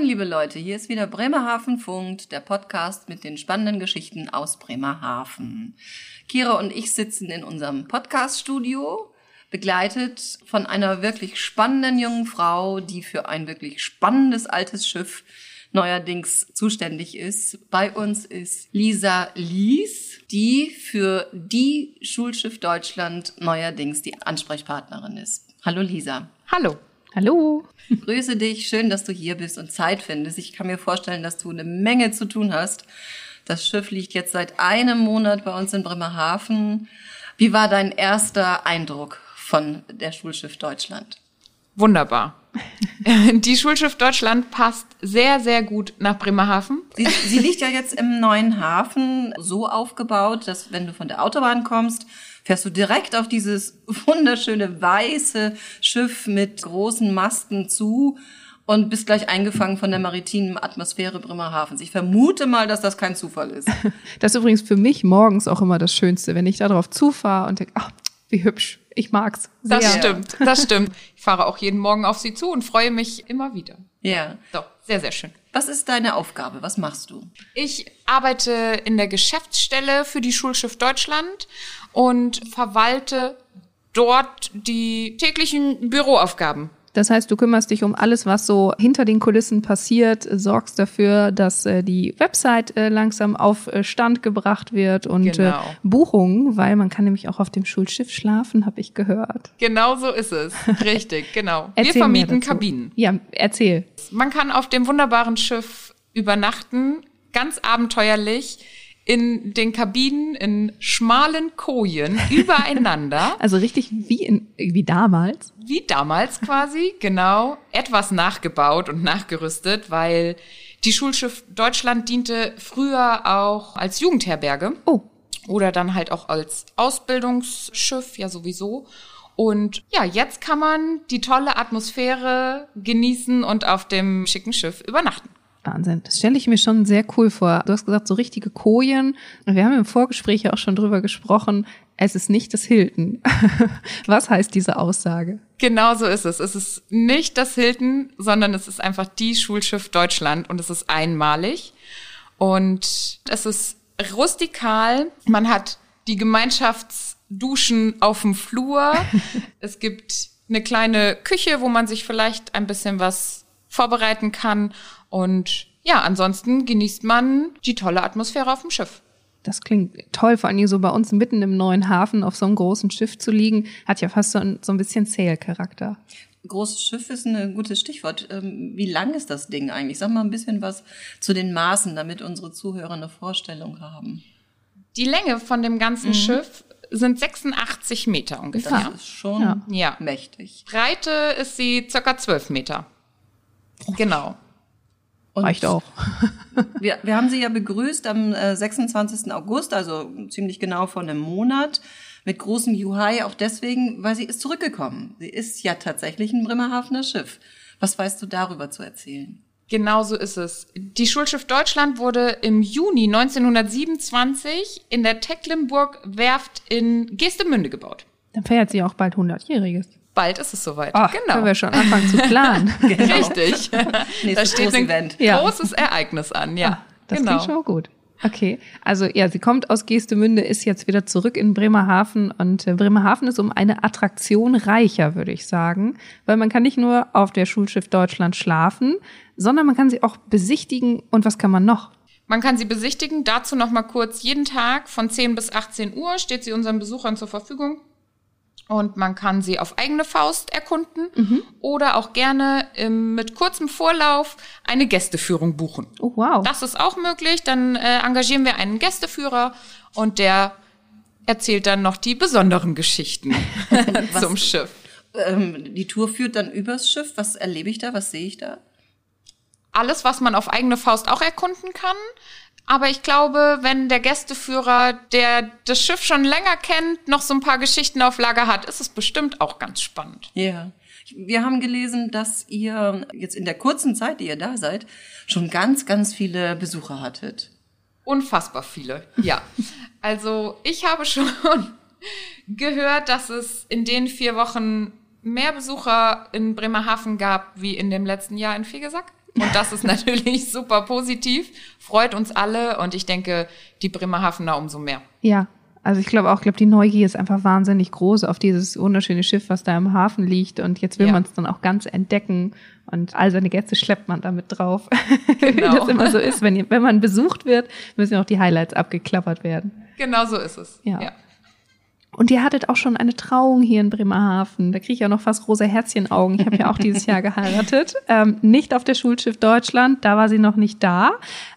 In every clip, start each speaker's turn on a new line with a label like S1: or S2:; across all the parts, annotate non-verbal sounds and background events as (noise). S1: liebe Leute, hier ist wieder Bremerhaven Funkt, der Podcast mit den spannenden Geschichten aus Bremerhaven. Kira und ich sitzen in unserem Podcaststudio, begleitet von einer wirklich spannenden jungen Frau, die für ein wirklich spannendes altes Schiff neuerdings zuständig ist. Bei uns ist Lisa Lies, die für die Schulschiff Deutschland neuerdings die Ansprechpartnerin ist. Hallo Lisa.
S2: Hallo. Hallo.
S1: Grüße dich, schön, dass du hier bist und Zeit findest. Ich kann mir vorstellen, dass du eine Menge zu tun hast. Das Schiff liegt jetzt seit einem Monat bei uns in Bremerhaven. Wie war dein erster Eindruck von der Schulschiff Deutschland?
S2: Wunderbar. (laughs) Die Schulschiff Deutschland passt sehr, sehr gut nach Bremerhaven.
S1: Sie, sie liegt ja jetzt im neuen Hafen so aufgebaut, dass wenn du von der Autobahn kommst, fährst du direkt auf dieses wunderschöne weiße Schiff mit großen Masten zu und bist gleich eingefangen von der maritimen Atmosphäre Bremerhavens. Ich vermute mal, dass das kein Zufall (laughs) ist.
S3: Das ist übrigens für mich morgens auch immer das Schönste, wenn ich da drauf zufahre und denke, ach, wie hübsch, ich mag's.
S2: Sehr. Das stimmt, das stimmt. Ich fahre auch jeden Morgen auf sie zu und freue mich immer wieder.
S1: Ja.
S2: Doch, sehr, sehr schön.
S1: Was ist deine Aufgabe? Was machst du?
S2: Ich arbeite in der Geschäftsstelle für die Schulschiff Deutschland und verwalte dort die täglichen Büroaufgaben.
S3: Das heißt, du kümmerst dich um alles, was so hinter den Kulissen passiert, sorgst dafür, dass äh, die Website äh, langsam auf Stand gebracht wird und genau. Buchungen, weil man kann nämlich auch auf dem Schulschiff schlafen, habe ich gehört.
S2: Genau so ist es. Richtig, genau. Wir vermieten Kabinen.
S3: Ja, erzähl.
S2: Man kann auf dem wunderbaren Schiff übernachten, ganz abenteuerlich in den Kabinen in schmalen Kojen übereinander.
S3: also richtig wie in, wie damals.
S2: Wie damals quasi, genau. Etwas nachgebaut und nachgerüstet, weil die Schulschiff Deutschland diente früher auch als Jugendherberge.
S3: Oh.
S2: Oder dann halt auch als Ausbildungsschiff, ja sowieso. Und ja, jetzt kann man die tolle Atmosphäre genießen und auf dem schicken Schiff übernachten.
S3: Wahnsinn. Das stelle ich mir schon sehr cool vor. Du hast gesagt, so richtige Kojen. Wir haben im Vorgespräch ja auch schon drüber gesprochen. Es ist nicht das Hilton. (laughs) Was heißt diese Aussage?
S2: Genau so ist es. Es ist nicht das Hilton, sondern es ist einfach die Schulschiff Deutschland und es ist einmalig. Und es ist rustikal. Man hat die Gemeinschaftsduschen auf dem Flur. es gibt eine kleine Küche, wo man sich vielleicht ein bisschen was vorbereiten kann. Und ja, ansonsten genießt man die tolle Atmosphäre auf dem Schiff.
S3: Das klingt toll, vor allem so bei uns mitten im neuen Hafen auf so einem großen Schiff zu liegen, hat ja fast so ein, so ein bisschen Sail-Charakter.
S1: Großes Schiff ist ein gutes Stichwort. Ähm, Wie lang ist das Ding eigentlich? Sag mal ein bisschen was zu den Maßen, damit unsere Zuhörer eine Vorstellung haben.
S2: Die Länge von dem ganzen mhm. Schiff sind 86 Meter ungefähr.
S1: Das ist schon ja. ja. mächtig.
S2: Breite ist sie circa 12 Meter. Genau.
S3: Und Reicht auch.
S1: wir, wir haben sie ja begrüßt am äh, 26. August, also ziemlich genau vor einem Monat, mit großem Juhai, auch deswegen, weil sie ist zurückgekommen. Sie ist ja tatsächlich ein Bremerhavener Schiff. Was weißt du darüber zu erzählen?
S2: Genau so ist es. Die Schulschiff Deutschland wurde im Juni 1927 in der Tecklenburg-Werft in Geestemünde gebaut.
S3: Dann feiert sie auch bald 100-Jähriges
S2: bald ist es soweit.
S3: Ach, genau. Können wir schon anfangen zu (laughs) planen.
S2: genau. Richtig. (laughs)
S1: da steht ein Event.
S2: großes Ereignis an, ja.
S3: Ach, das genau. klingt schon gut. Okay, also ja, sie kommt aus Geestemünde, ist jetzt wieder zurück in Bremerhaven und äh, Bremerhaven ist um eine Attraktion reicher, würde ich sagen, weil man kann nicht nur auf der Schulschiff Deutschland schlafen, sondern man kann sie auch besichtigen und was kann man noch?
S2: Man kann sie besichtigen, dazu noch mal kurz, jeden Tag von 10 bis 18 Uhr steht sie unseren Besuchern zur Verfügung. Und man kann sie auf eigene Faust erkunden mhm. oder auch gerne im, mit kurzem Vorlauf eine Gästeführung buchen.
S3: Oh, wow.
S2: Das ist auch möglich. Dann äh, engagieren wir einen Gästeführer und der erzählt dann noch die besonderen Geschichten zum Schiff.
S1: Ähm, die Tour führt dann übers Schiff. Was erlebe ich da? Was sehe ich da?
S2: Alles, was man auf eigene Faust auch erkunden kann. Aber ich glaube, wenn der Gästeführer, der das Schiff schon länger kennt, noch so ein paar Geschichten auf Lager hat, ist es bestimmt auch ganz spannend.
S1: Ja. Yeah. Wir haben gelesen, dass ihr jetzt in der kurzen Zeit, die ihr da seid, schon ganz, ganz viele Besucher hattet.
S2: Unfassbar viele, ja. also ich habe schon (laughs) gehört, dass es in den vier Wochen mehr Besucher in Bremerhaven gab wie in dem letzten Jahr in Fegesack. Und das ist natürlich super positiv, freut uns alle und ich denke, die Bremerhavener umso mehr.
S3: Ja, also ich glaube auch, ich glaube, die Neugier ist einfach wahnsinnig groß auf dieses wunderschöne Schiff, was da im Hafen liegt. Und jetzt will
S2: Ja.
S3: man es dann auch ganz entdecken. Und all seine Gäste schleppt man damit drauf. (laughs) Wie das immer so ist. Wenn, ihr- wenn man besucht wird, müssen auch die Highlights abgeklappert werden.
S2: Genau so ist es.
S3: Ja. Und ihr hattet auch schon eine Trauung hier in Bremerhaven. Da kriege ich auch noch fast rosa Herzchenaugen. Ich habe ja auch dieses Jahr geheiratet. Ähm, nicht auf der Schulschiff Deutschland, da war sie noch nicht da.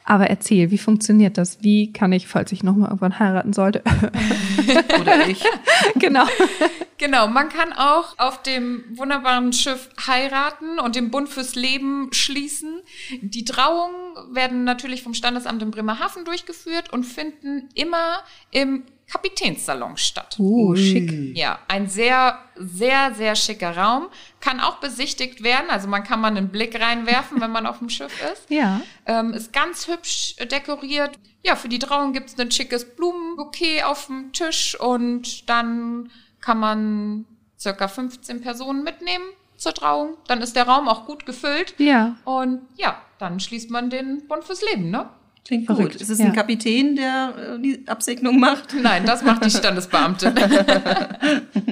S3: Aber erzähl, wie funktioniert das? Wie kann ich, falls ich nochmal irgendwann heiraten sollte?
S1: Oder
S3: (laughs)
S1: ich.
S3: genau.
S2: Genau, man kann auch auf dem wunderbaren Schiff heiraten und den Bund fürs Leben schließen. Die Trauungen werden natürlich vom Standesamt in Bremerhaven durchgeführt und finden immer im Kapitänssalon statt.
S1: Oh,
S3: Uh, schick.
S2: Ja, ein sehr, sehr, sehr schicker Raum. Kann auch besichtigt werden, also man kann mal einen Blick reinwerfen, wenn man auf dem Schiff ist.
S3: Ja.
S2: Ähm, ist ganz hübsch äh, dekoriert. Ja, für die Trauung gibt's ein schickes Blumenbouquet auf dem Tisch und dann kann man circa 15 Personen mitnehmen zur Trauung. Dann ist der Raum auch gut gefüllt.
S3: Ja.
S2: Und ja, dann schließt man den Bund fürs Leben, ne?
S1: Klingt
S3: Verrückt,
S1: gut. Ist es
S3: ja.
S1: ein Kapitän, der äh, die Absegnung macht?
S2: Nein, das
S3: (laughs)
S2: macht die Standesbeamtin. (laughs)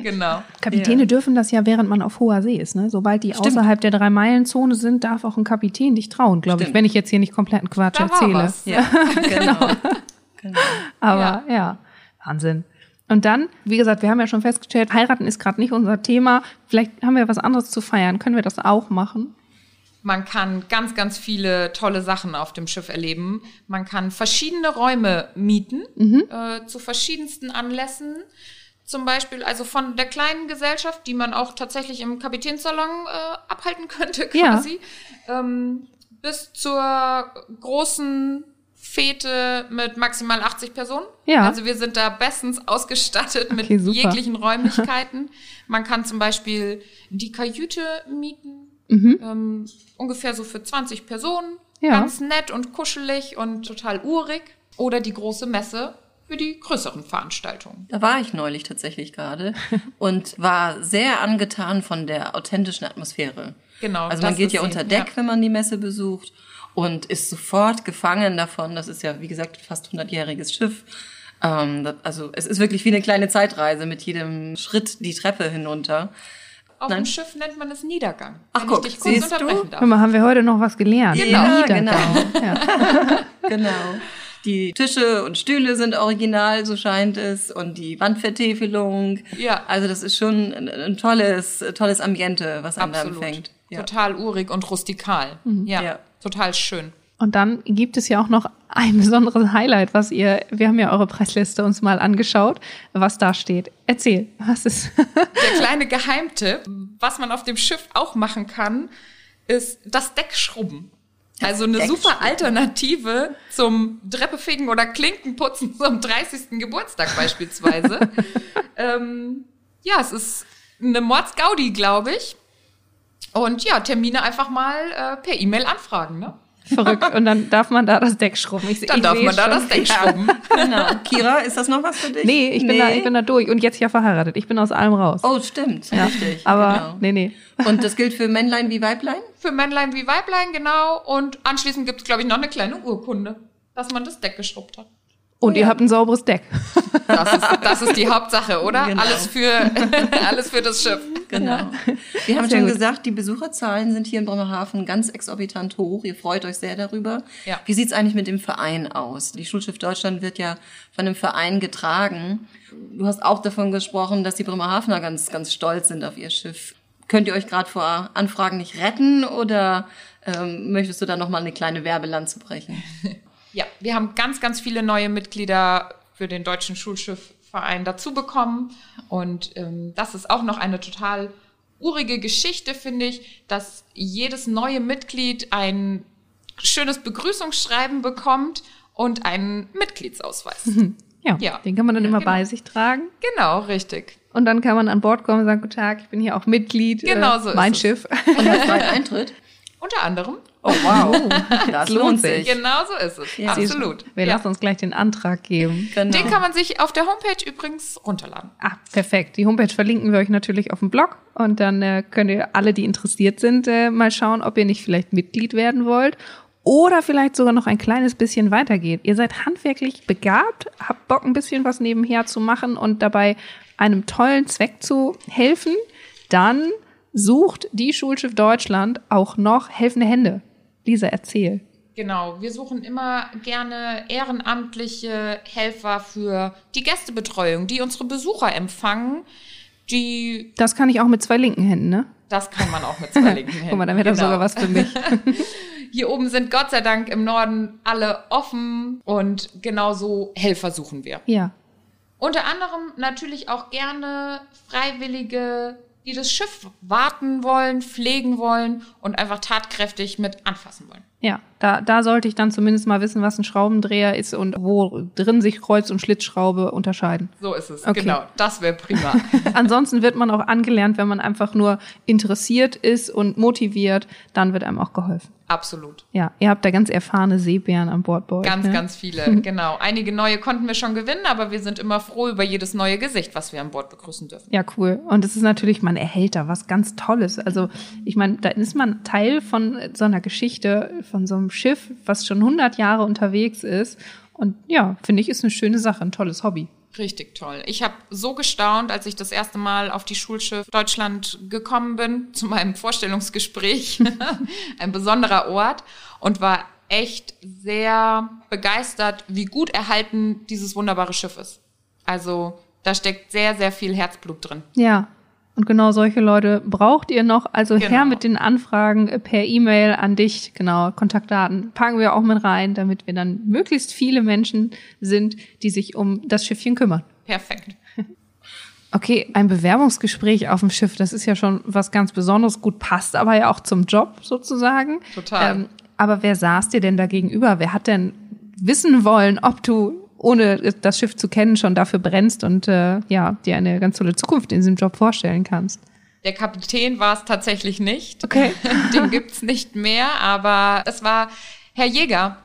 S2: genau.
S3: Kapitäne dürfen das ja, während man auf hoher See ist. Ne? Sobald die außerhalb der Drei-Meilen-Zone sind, darf auch ein Kapitän dich trauen, glaube ich,
S1: Stimmt.
S3: wenn ich jetzt hier nicht kompletten Quatsch
S2: Da war
S3: erzähle.
S2: was. (laughs)
S1: Ja, genau. genau.
S3: Aber ja. Wahnsinn. Und dann, wie gesagt, wir haben ja schon festgestellt, heiraten ist gerade nicht unser Thema. Vielleicht haben wir was anderes zu feiern. Können wir das auch machen?
S2: Man kann ganz, ganz viele tolle Sachen auf dem Schiff erleben. Man kann verschiedene Räume mieten
S3: Mhm.
S2: äh, zu verschiedensten Anlässen. Zum Beispiel also von der kleinen Gesellschaft, die man auch tatsächlich im Kapitänssalon äh, abhalten könnte
S3: Ja.
S2: quasi, ähm, bis zur großen Fete mit maximal 80 Personen.
S3: Ja.
S2: Also wir sind da bestens ausgestattet
S3: Okay,
S2: mit
S3: super.
S2: jeglichen Räumlichkeiten. Man kann zum Beispiel die Kajüte mieten
S1: Mhm.
S2: ähm, ungefähr so für 20 Personen.
S3: Ja.
S2: Ganz nett und kuschelig und total urig. Oder die große Messe für die größeren Veranstaltungen.
S1: Da war ich neulich tatsächlich gerade und war sehr angetan von der authentischen Atmosphäre.
S2: Genau,
S1: Also
S2: das
S1: man geht
S2: ist
S1: ja
S2: sie,
S1: unter Deck,
S2: ja.
S1: wenn man die Messe besucht und ist sofort gefangen davon. Das ist ja, wie gesagt, fast 100-jähriges Schiff. Ähm, das, also es ist wirklich wie eine kleine Zeitreise mit jedem Schritt die Treppe hinunter.
S2: Auf
S1: Nein.
S2: dem Schiff nennt man es Niedergang.
S1: Ach,
S2: wenn
S1: guck,
S2: ich dich kurz
S1: siehst du?
S2: unterbrechen
S3: Hör
S2: darf.
S3: mal, haben wir heute noch was gelernt?
S1: Genau,
S3: Ja,
S1: genau.
S3: Ja.
S1: Genau. Die Tische und Stühle sind original, so scheint es, und die Wandvertäfelung.
S2: Ja.
S1: Also das ist schon ein, ein tolles, tolles Ambiente, was einen da
S2: Absolut.
S1: empfängt. Ja. Mhm.
S2: Total urig und rustikal. Ja,
S1: Ja.
S2: total schön.
S3: Und dann gibt es ja auch noch ein besonderes Highlight, was ihr, wir haben ja eure Preisliste uns mal angeschaut, was da steht. Erzähl, was ist?
S2: Der kleine Geheimtipp, was man auf dem Schiff auch machen kann, ist das Deck schrubben. Also eine
S1: Deck
S2: super
S1: schrubben.
S2: Alternative zum Treppefegen oder Klinkenputzen (laughs) zum 30. Geburtstag beispielsweise. ähm, ja, es ist eine Mordsgaudi, glaube ich. Und ja, Termine einfach mal äh, per E-Mail anfragen. Ne?
S3: Verrückt. Und dann darf man da das Deck schrubben. Ich,
S2: Dann
S3: ich
S2: darf
S3: seh
S2: man da
S3: schon.
S2: das Deck schrubben.
S1: Genau. Kira, ist das noch was für dich?
S3: Nee, ich bin, Da, ich bin da durch. Und jetzt ja verheiratet. Ich bin aus allem raus.
S1: Oh, stimmt. Richtig.
S3: Aber nee, nee.
S1: genau. Und das gilt für Männlein wie Weiblein?
S2: Für Männlein wie Weiblein, genau. Und anschließend gibt es, glaube ich, noch eine kleine Urkunde, dass man das Deck geschrubbt hat.
S3: Und ihr habt ein sauberes Deck.
S2: Das ist, das ist die Hauptsache, oder?
S1: Genau.
S2: Alles, für, (laughs) alles für das Schiff.
S1: Genau. Wir haben
S3: Sehr
S1: schon
S3: gut.
S1: gesagt, die Besucherzahlen sind hier in Bremerhaven ganz exorbitant hoch. Ihr freut euch sehr darüber.
S2: Ja.
S1: Wie sieht's eigentlich mit dem Verein aus? Die Schulschiff Deutschland wird ja von einem Verein getragen. Du hast auch davon gesprochen, dass die Bremerhavener ganz, ganz stolz sind auf ihr Schiff. Könnt ihr euch gerade vor Anfragen nicht retten oder ähm, möchtest du da nochmal eine kleine Werbelanze brechen?
S2: Ja, wir haben ganz, ganz viele neue Mitglieder für den Deutschen Schulschiffverein dazu bekommen. Und ähm, das ist auch noch eine total urige Geschichte, finde ich, dass jedes neue Mitglied ein schönes Begrüßungsschreiben bekommt und einen Mitgliedsausweis.
S3: Ja,
S2: Ja.
S3: den kann man dann
S2: Ja,
S3: immer
S2: genau.
S3: bei sich tragen.
S2: genau, richtig.
S3: Und dann kann man an Bord kommen und sagen, guten Tag, ich bin hier auch Mitglied. äh,
S2: Genau so ist
S3: Mein
S2: es.
S3: Schiff.
S1: Und bei freien Eintritt?
S2: Unter anderem
S1: Oh wow, das lohnt
S3: lohnt
S1: sich.
S3: sich.
S2: Genau so ist es.
S1: Ja.
S2: Absolut.
S3: Wir
S2: Ja.
S3: lassen uns gleich den Antrag geben.
S1: Genau.
S2: Den kann man sich auf der Homepage übrigens runterladen.
S3: Ah, perfekt. Die Homepage verlinken wir euch natürlich auf dem Blog und dann äh, könnt ihr alle, die interessiert sind, äh, mal schauen, ob ihr nicht vielleicht Mitglied werden wollt oder vielleicht sogar noch ein kleines bisschen weitergeht. Ihr seid handwerklich begabt, habt Bock, ein bisschen was nebenher zu machen und dabei einem tollen Zweck zu helfen, dann sucht die Schulschiff Deutschland auch noch helfende Hände. Lisa, erzähl.
S2: Genau, wir suchen immer gerne ehrenamtliche Helfer für die Gästebetreuung, die unsere Besucher empfangen. Die,
S3: Das kann ich auch mit zwei linken Händen, ne?
S2: das kann man auch mit
S3: (laughs)
S2: zwei linken Händen.
S3: Guck mal, dann wäre das
S2: Genau.
S3: sogar was für mich.
S2: Hier oben sind Gott sei Dank im Norden alle offen und genauso Helfer suchen wir.
S3: Ja.
S2: Unter anderem natürlich auch gerne Freiwillige, die das Schiff warten wollen, pflegen wollen und einfach tatkräftig mit anfassen wollen.
S3: Ja, da, da sollte ich dann zumindest mal wissen, was ein Schraubendreher ist und wo drin sich Kreuz- und Schlitzschraube unterscheiden.
S2: So ist es,
S3: Okay.
S2: genau. Das wäre
S3: (laughs)
S2: prima.
S3: Ansonsten wird man auch angelernt, wenn man einfach nur interessiert ist und motiviert, dann wird einem auch geholfen.
S2: Absolut.
S3: Ja, ihr habt da ganz erfahrene Seebären an Bord bei euch.
S2: Ganz,
S3: ne?
S2: ganz viele, genau. Einige neue konnten wir schon gewinnen, aber wir sind immer froh über jedes neue Gesicht, was wir an Bord begrüßen dürfen.
S3: Ja, cool. Und es ist natürlich, man erhält da was ganz Tolles. Also, ich meine, da ist man Teil von so einer Geschichte, von so einem Schiff, was schon 100 Jahre unterwegs ist. Und ja, finde ich, ist eine schöne Sache, ein tolles Hobby.
S2: Richtig toll. Ich habe so gestaunt, als ich das erste Mal auf die Schulschiff Deutschland gekommen bin, (laughs) zu meinem Vorstellungsgespräch. (laughs) Ein besonderer Ort und war echt sehr begeistert, wie gut erhalten dieses wunderbare Schiff ist. Also da steckt sehr, sehr viel Herzblut drin.
S3: Ja. Und genau solche Leute braucht ihr noch. Also
S2: Genau.
S3: her mit den Anfragen äh, per E-Mail an dich. Genau, Kontaktdaten packen wir auch mit rein, damit wir dann möglichst viele Menschen sind, die sich um das Schiffchen kümmern.
S2: Perfekt.
S3: Okay, ein Bewerbungsgespräch auf dem Schiff, das ist ja schon was ganz Besonderes. Gut, passt aber ja auch zum Job sozusagen. Ähm,
S2: Total.
S3: aber wer saß dir denn da gegenüber? Wer hat denn wissen wollen, ob du, ohne das Schiff zu kennen, schon dafür brennst und äh, ja, dir eine ganz tolle Zukunft in diesem Job vorstellen kannst?
S2: Der Kapitän war es tatsächlich nicht.
S3: Okay.
S2: (laughs) Den gibt's nicht mehr, aber es war Herr Jäger,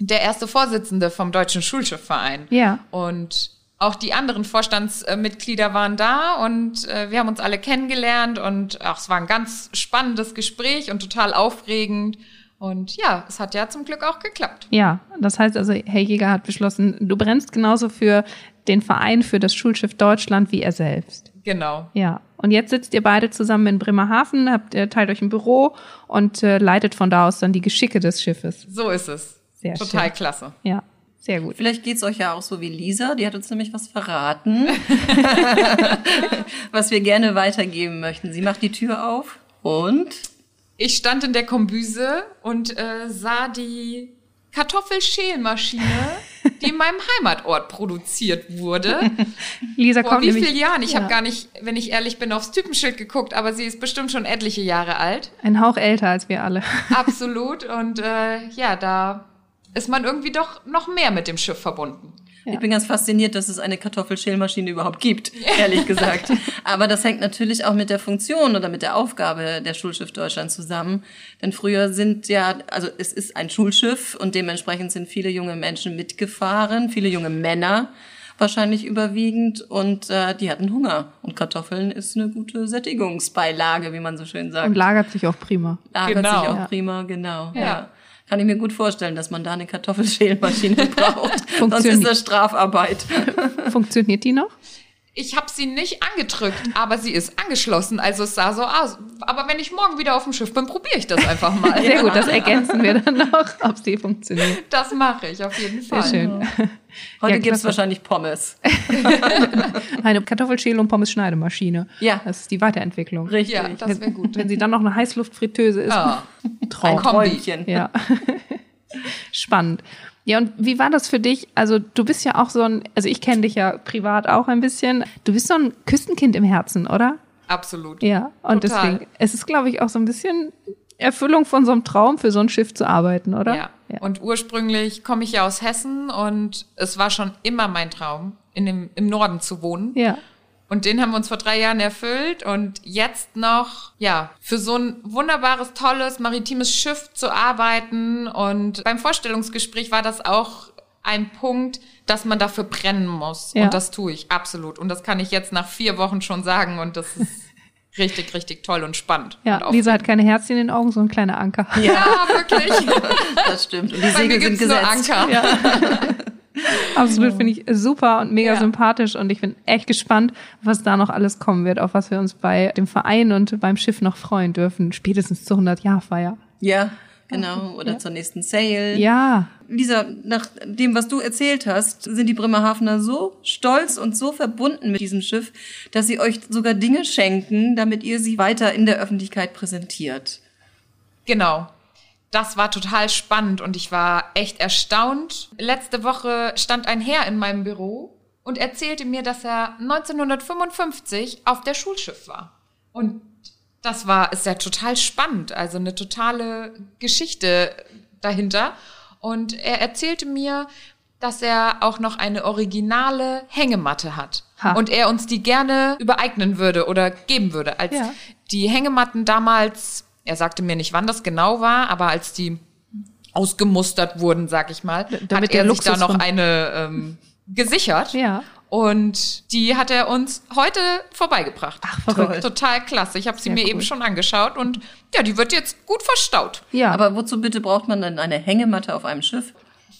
S2: der erste Vorsitzende vom Deutschen Schulschiffverein.
S3: Ja.
S2: Und auch die anderen Vorstandsmitglieder waren da und äh, wir haben uns alle kennengelernt und ach, es war ein ganz spannendes Gespräch und total aufregend. Und ja, es hat ja zum Glück auch geklappt.
S3: Ja, das heißt also, Herr Jäger hat beschlossen, du brennst genauso für den Verein, für das Schulschiff Deutschland wie er selbst.
S2: Genau.
S3: Ja, und jetzt sitzt ihr beide zusammen in Bremerhaven, habt, äh, teilt euch ein Büro und äh, leitet von da aus dann die Geschicke des Schiffes.
S2: So ist es.
S3: Sehr
S2: total
S3: schön.
S2: klasse.
S3: Ja, sehr gut.
S1: Vielleicht geht's euch ja auch so wie Lisa, die hat uns nämlich was verraten, was wir gerne weitergeben möchten. Sie macht die Tür auf und
S2: Ich stand in der Kombüse und äh, sah die
S3: (laughs)
S2: Kartoffelschälmaschine, die in meinem Heimatort produziert wurde.
S3: Lisa
S2: Vor
S3: kommt
S2: wie
S3: nämlich
S2: vielen Jahren? Ich
S3: Ja.
S2: habe gar nicht, wenn ich ehrlich bin, aufs Typenschild geguckt, aber sie ist bestimmt schon etliche Jahre
S3: (laughs)
S2: alt.
S3: ein Hauch älter als wir alle.
S2: Absolut. und äh, ja, da ist man irgendwie doch noch mehr mit dem Schiff verbunden.
S1: Ich bin ganz fasziniert, dass es eine Kartoffelschälmaschine überhaupt gibt, ehrlich gesagt. Aber das hängt natürlich auch mit der Funktion oder mit der Aufgabe der Schulschiff Deutschland zusammen. Denn früher sind ja, also es ist ein Schulschiff und dementsprechend sind viele junge Menschen mitgefahren, viele junge Männer wahrscheinlich überwiegend und äh, die hatten Hunger. Und Kartoffeln ist eine gute Sättigungsbeilage, wie man so schön sagt.
S3: Und lagert sich auch prima.
S1: Lagert
S2: Genau.
S1: sich auch
S2: Ja.
S1: prima, genau. Ja.
S2: Ja.
S1: Kann ich mir gut vorstellen, dass man da eine Kartoffelschälmaschine (laughs) braucht. Sonst ist
S3: Funktioniert.
S1: das Strafarbeit.
S3: Funktioniert die noch?
S2: Ich habe sie nicht angedrückt, aber sie ist angeschlossen, also es sah so aus. Aber wenn ich morgen wieder auf dem Schiff bin, probiere ich das einfach mal.
S3: (laughs) Sehr gut, das ergänzen wir dann noch, ob sie funktioniert.
S2: Das mache ich auf jeden
S3: Sehr
S2: Fall.
S3: schön.
S1: Heute
S3: Ja,
S1: gibt's
S3: klasse.
S1: wahrscheinlich (laughs) Pommes.
S3: Eine Kartoffelschäl- und Pommes-Schneidemaschine.
S1: Ja.
S3: Das ist die Weiterentwicklung.
S1: Richtig.
S2: Ja, das wäre gut.
S3: Wenn sie dann noch eine Heißluftfritteuse (laughs) ist,
S2: Ja.
S3: ein Traum.
S2: Ein Kombi.
S1: Bäumchen.
S3: Ja. (laughs) Spannend. Ja, und wie war das für dich? Also, du bist ja auch so ein, also ich kenne dich ja privat auch ein bisschen. Du bist so ein Küstenkind im Herzen, oder?
S2: Absolut.
S3: Ja. Und
S2: Total.
S3: deswegen, es ist, glaube ich, auch so ein bisschen Erfüllung von so einem Traum, für so ein Schiff zu arbeiten, oder?
S2: Ja. Und ursprünglich komme ich ja aus Hessen und es war schon immer mein Traum, in dem, im Norden zu wohnen.
S3: ja.
S2: Und den haben wir uns vor drei Jahren erfüllt und jetzt noch, ja, für so ein wunderbares, tolles, maritimes Schiff zu arbeiten. Und beim Vorstellungsgespräch war das auch ein Punkt, dass man dafür brennen muss.
S3: Ja.
S2: Und das tue ich absolut. Und das kann ich jetzt nach vier Wochen schon sagen. Und das
S3: (laughs)
S2: ist richtig, richtig toll und spannend. und
S3: Ja,
S2: auf-
S3: Lisa hat keine Herzen in den Augen, so ein kleiner Anker.
S2: ja, wirklich.
S1: (laughs) Das stimmt. Und die
S2: Bei mir
S1: Segel sind
S2: gibt's nur
S1: gesetzt.
S2: Anker.
S3: (laughs) Absolut, finde ich super und mega
S2: Ja.
S3: sympathisch und ich bin echt gespannt, was da noch alles kommen wird, auf was wir uns bei dem Verein und beim Schiff noch freuen dürfen, spätestens zur 100-Jahr-Feier.
S1: Ja, genau. Oder zur nächsten Sale.
S3: Ja,
S1: Lisa, nach dem, was du erzählt hast, sind die Bremerhavener so stolz und so verbunden mit diesem Schiff, dass sie euch sogar Dinge schenken, damit ihr sie weiter in der Öffentlichkeit präsentiert.
S2: Genau. Das war total spannend und ich war echt erstaunt. Letzte Woche stand ein Herr in meinem Büro und erzählte mir, dass er 1955 auf der Schulschiff war. Und das war, ist ja total spannend, also eine totale Geschichte dahinter. Und er erzählte mir, dass er auch noch eine originale Hängematte hat.
S3: Ha.
S2: Und er uns die gerne übereignen würde oder geben würde als
S3: Ja.
S2: die Hängematten damals, er sagte mir nicht, wann das genau war, aber als die ausgemustert wurden, sag ich mal,
S3: damit
S2: hat er
S3: der
S2: sich da
S3: Luxus
S2: noch
S3: von-
S2: eine ähm, gesichert.
S3: Ja.
S2: Und die hat er uns heute vorbeigebracht. Ach,
S1: verrückt.
S2: Total klasse. Ich habe sie
S3: Sehr
S2: mir
S3: cool.
S2: eben schon angeschaut und ja, die wird jetzt gut verstaut.
S3: ja.
S1: Aber wozu bitte braucht man denn eine Hängematte auf einem Schiff?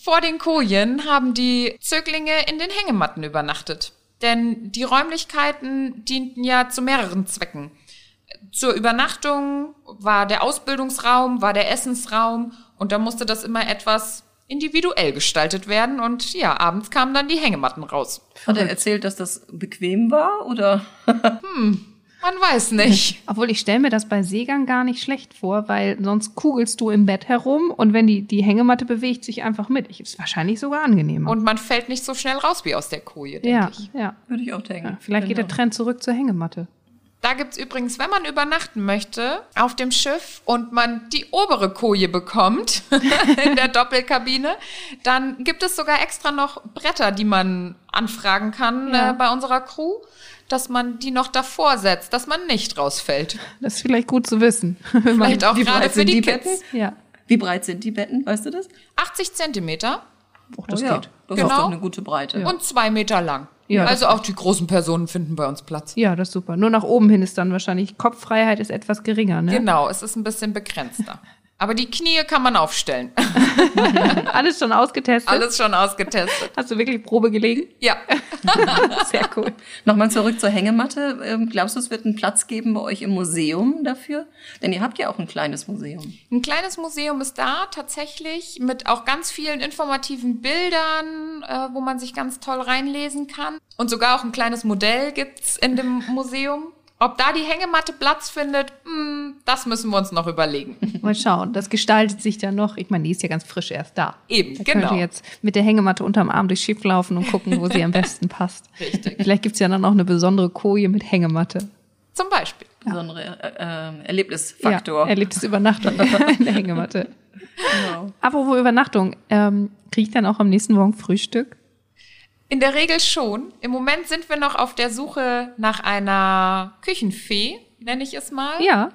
S2: Vor den Kojen haben die Zöglinge in den Hängematten übernachtet. Denn die Räumlichkeiten dienten ja zu mehreren Zwecken. Zur Übernachtung war der Ausbildungsraum, war der Essensraum und da musste das immer etwas individuell gestaltet werden und ja, abends kamen dann die Hängematten raus.
S1: Hat er erzählt, dass das bequem war oder? (laughs)
S2: Man weiß
S3: (laughs)
S2: nicht.
S3: Obwohl ich stelle mir das bei Seegang gar nicht schlecht vor, weil sonst kugelst du im Bett herum und wenn die, die Hängematte bewegt sich einfach mit. Ich, ist wahrscheinlich sogar angenehmer.
S2: Und man fällt nicht so schnell raus wie aus der Koje, denke
S3: ja,
S2: ich.
S3: ja,
S1: Würde ich auch denken.
S3: ja. Vielleicht geht der
S2: Genau.
S3: Trend zurück zur Hängematte.
S2: Da gibt's übrigens, wenn man übernachten möchte, auf dem Schiff und man die obere Koje bekommt (laughs) in der Doppelkabine, dann gibt es sogar extra noch Bretter, die man anfragen kann
S3: Ja.
S2: äh, bei unserer Crew, dass man die noch davor setzt, dass man nicht rausfällt.
S3: Das ist vielleicht gut zu wissen. (laughs) Wenn man-
S2: Vielleicht auch
S1: wie
S2: gerade
S1: breit
S2: für
S1: sind
S2: die,
S1: die
S2: Kids.
S1: Betten?
S3: ja.
S1: Wie breit sind die Betten? Weißt du das?
S2: 80 Zentimeter
S3: Oh, das geht.
S1: Das
S2: Genau.
S1: ist doch eine gute Breite.
S2: und zwei Meter lang.
S3: Ja,
S2: also auch die großen Personen finden bei uns Platz.
S3: Ja, das ist super. Nur nach oben hin ist dann wahrscheinlich Kopffreiheit ist etwas geringer, ne?
S2: Genau, es ist ein bisschen begrenzter. Aber die Knie kann man aufstellen. (laughs)
S3: Alles schon ausgetestet.
S2: Genau. Alles schon ausgetestet.
S3: Hast du wirklich
S2: (laughs)
S3: Probe gelegen?
S2: Ja.
S3: Sehr cool.
S1: Nochmal zurück zur Hängematte. Ähm, Glaubst du, es wird einen Platz geben bei euch im Museum dafür? Denn ihr habt ja auch ein kleines Museum.
S2: Ein kleines Museum ist da tatsächlich mit auch ganz vielen informativen Bildern, äh, wo man sich ganz toll reinlesen kann. Und sogar auch ein kleines Modell gibt's in dem Museum. Ob da die Hängematte Platz findet, hm, das müssen wir uns noch überlegen.
S3: Mal schauen. Das gestaltet sich dann noch. Ich meine, die ist ja ganz frisch erst da.
S2: Eben,
S3: Da
S2: genau.
S3: könnte jetzt mit der Hängematte unterm Arm durchs Schiff laufen und gucken, wo
S2: (laughs)
S3: sie am besten passt.
S2: Richtig.
S3: Vielleicht gibt's ja dann auch eine besondere Koje mit Hängematte.
S2: Zum Beispiel.
S1: Besondere äh, äh, Erlebnisfaktor.
S3: Ja,
S2: (laughs)
S3: erlebtes Übernachtung in der Hängematte.
S2: Genau.
S3: Apropos Übernachtung, ähm, krieg ich dann auch am nächsten Morgen Frühstück?
S2: In der Regel schon. Im Moment sind wir noch auf der Suche nach einer Küchenfee, nenne ich es mal.
S3: Ja.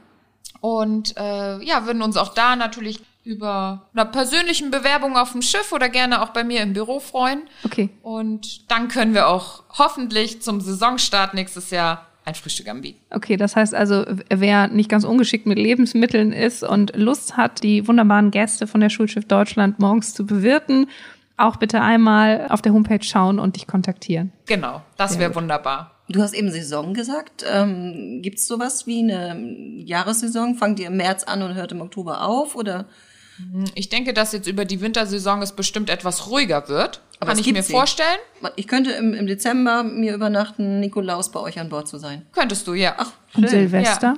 S2: Und äh, ja, würden uns auch da natürlich über einer persönlichen Bewerbung auf dem Schiff oder gerne auch bei mir im Büro freuen.
S3: Okay.
S2: Und dann können wir auch hoffentlich zum Saisonstart nächstes Jahr ein Frühstück anbieten.
S3: Okay, das heißt also, wer nicht ganz ungeschickt mit Lebensmitteln ist und Lust hat, die wunderbaren Gäste von der Schulschiff Deutschland morgens zu bewirten, auch bitte einmal auf der Homepage schauen und dich kontaktieren.
S2: Genau, das wäre wunderbar.
S1: Du hast eben Saison gesagt. Ähm, Gibt es sowas wie eine ähm, Jahressaison? Fangt ihr im März an und hört im Oktober auf? Oder
S2: Ich denke, dass jetzt über die Wintersaison es bestimmt etwas ruhiger wird.
S1: Aber
S2: Kann
S1: es
S2: ich
S1: gibt
S2: mir
S1: sie.
S2: vorstellen.
S1: ich könnte im, im Dezember mir übernachten, Nikolaus bei euch an Bord zu sein.
S2: Könntest du, ja. Ach,
S3: Und
S1: Schön.
S3: Silvester?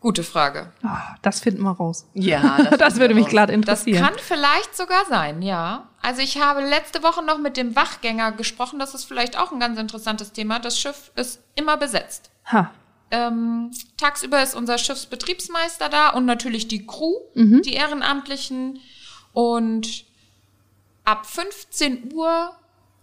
S2: gute Frage.
S3: Ah, das finden wir raus.
S2: Ah,
S1: (laughs)
S3: (laughs)
S1: Ja,
S3: Das, würde mich klar
S2: Das
S3: interessieren.
S2: kann vielleicht sogar sein, ja. Also ich habe letzte Woche noch mit dem Wachgänger gesprochen. Das ist vielleicht auch ein ganz interessantes Thema. Das Schiff ist immer besetzt.
S3: Ha.
S2: Ähm, tagsüber ist unser Schiffsbetriebsmeister da und natürlich die Crew,
S3: Mhm.
S2: die Ehrenamtlichen. Und ab 15 Uhr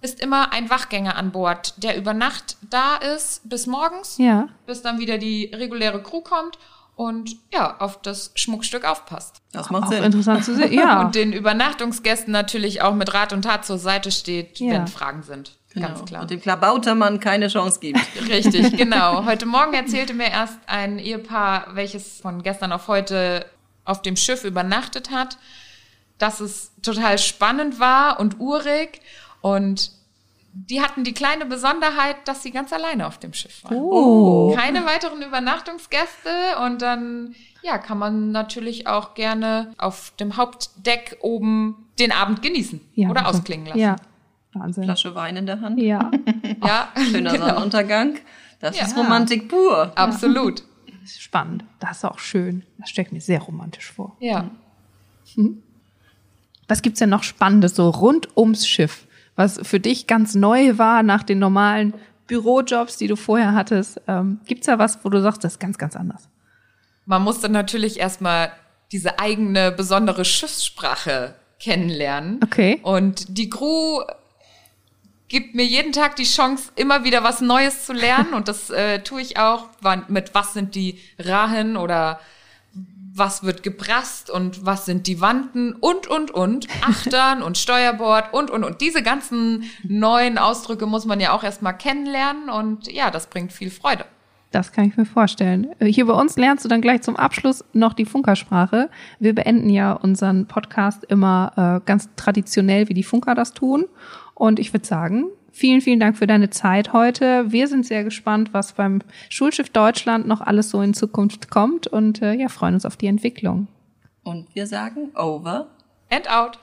S2: ist immer ein Wachgänger an Bord, der über Nacht da ist bis morgens,
S3: Ja.
S2: bis dann wieder die reguläre Crew kommt und ja, auf das Schmuckstück aufpasst.
S1: Das macht
S3: Auch
S1: Sinn.
S3: interessant zu sehen.
S2: (laughs)
S3: Ja.
S2: Und den Übernachtungsgästen natürlich auch mit Rat und Tat zur Seite steht,
S3: Ja.
S2: wenn Fragen sind. Ganz klar.
S1: Genau. Und dem Klabautermann keine Chance gibt.
S2: Richtig, genau. Heute Morgen erzählte mir erst ein Ehepaar, welches von gestern auf heute auf dem Schiff übernachtet hat, dass es total spannend war und urig. Und die hatten die kleine Besonderheit, dass sie ganz alleine auf dem Schiff waren.
S3: Oh.
S2: Keine weiteren Übernachtungsgäste und dann ja, kann man natürlich auch gerne auf dem Hauptdeck oben den Abend genießen
S3: Ja,
S2: oder
S3: also-
S2: ausklingen lassen.
S3: Ja. Wahnsinn.
S1: Flasche Wein in der Hand.
S3: Ja, (laughs)
S2: Ja, (laughs)
S1: Schöner
S2: genau.
S1: Sonnenuntergang. Das
S2: Ja.
S1: ist Romantik pur.
S2: Absolut.
S3: das ist spannend. Das ist auch schön. Das stelle ich mir sehr romantisch vor.
S2: Ja.
S3: Was gibt's denn noch Spannendes so rund ums Schiff, was für dich ganz neu war nach den normalen Bürojobs, die du vorher hattest? Ähm, gibt's da was, wo du sagst, das ist ganz, ganz anders?
S2: Man muss dann natürlich erstmal diese eigene besondere Schiffssprache kennenlernen.
S3: Okay.
S2: Und die Crew gibt mir jeden Tag die Chance, immer wieder was Neues zu lernen. Und das äh, tue ich auch. Wann, mit was sind die Rahen oder was wird gebrasst und was sind die Wanden und, und, und. Achtern und Steuerbord und, und, und. Diese ganzen neuen Ausdrücke muss man ja auch erstmal kennenlernen. Und ja, das bringt viel Freude.
S3: Das kann ich mir vorstellen. Äh, Hier bei uns lernst du dann gleich zum Abschluss noch die Funkersprache. Wir beenden ja unseren Podcast immer äh, ganz traditionell, wie die Funker das tun. Und ich würde sagen, vielen, vielen Dank für deine Zeit heute. Wir sind sehr gespannt, was beim Schulschiff Deutschland noch alles so in Zukunft kommt und äh, ja, freuen uns auf die Entwicklung.
S1: Und wir sagen over
S2: And out.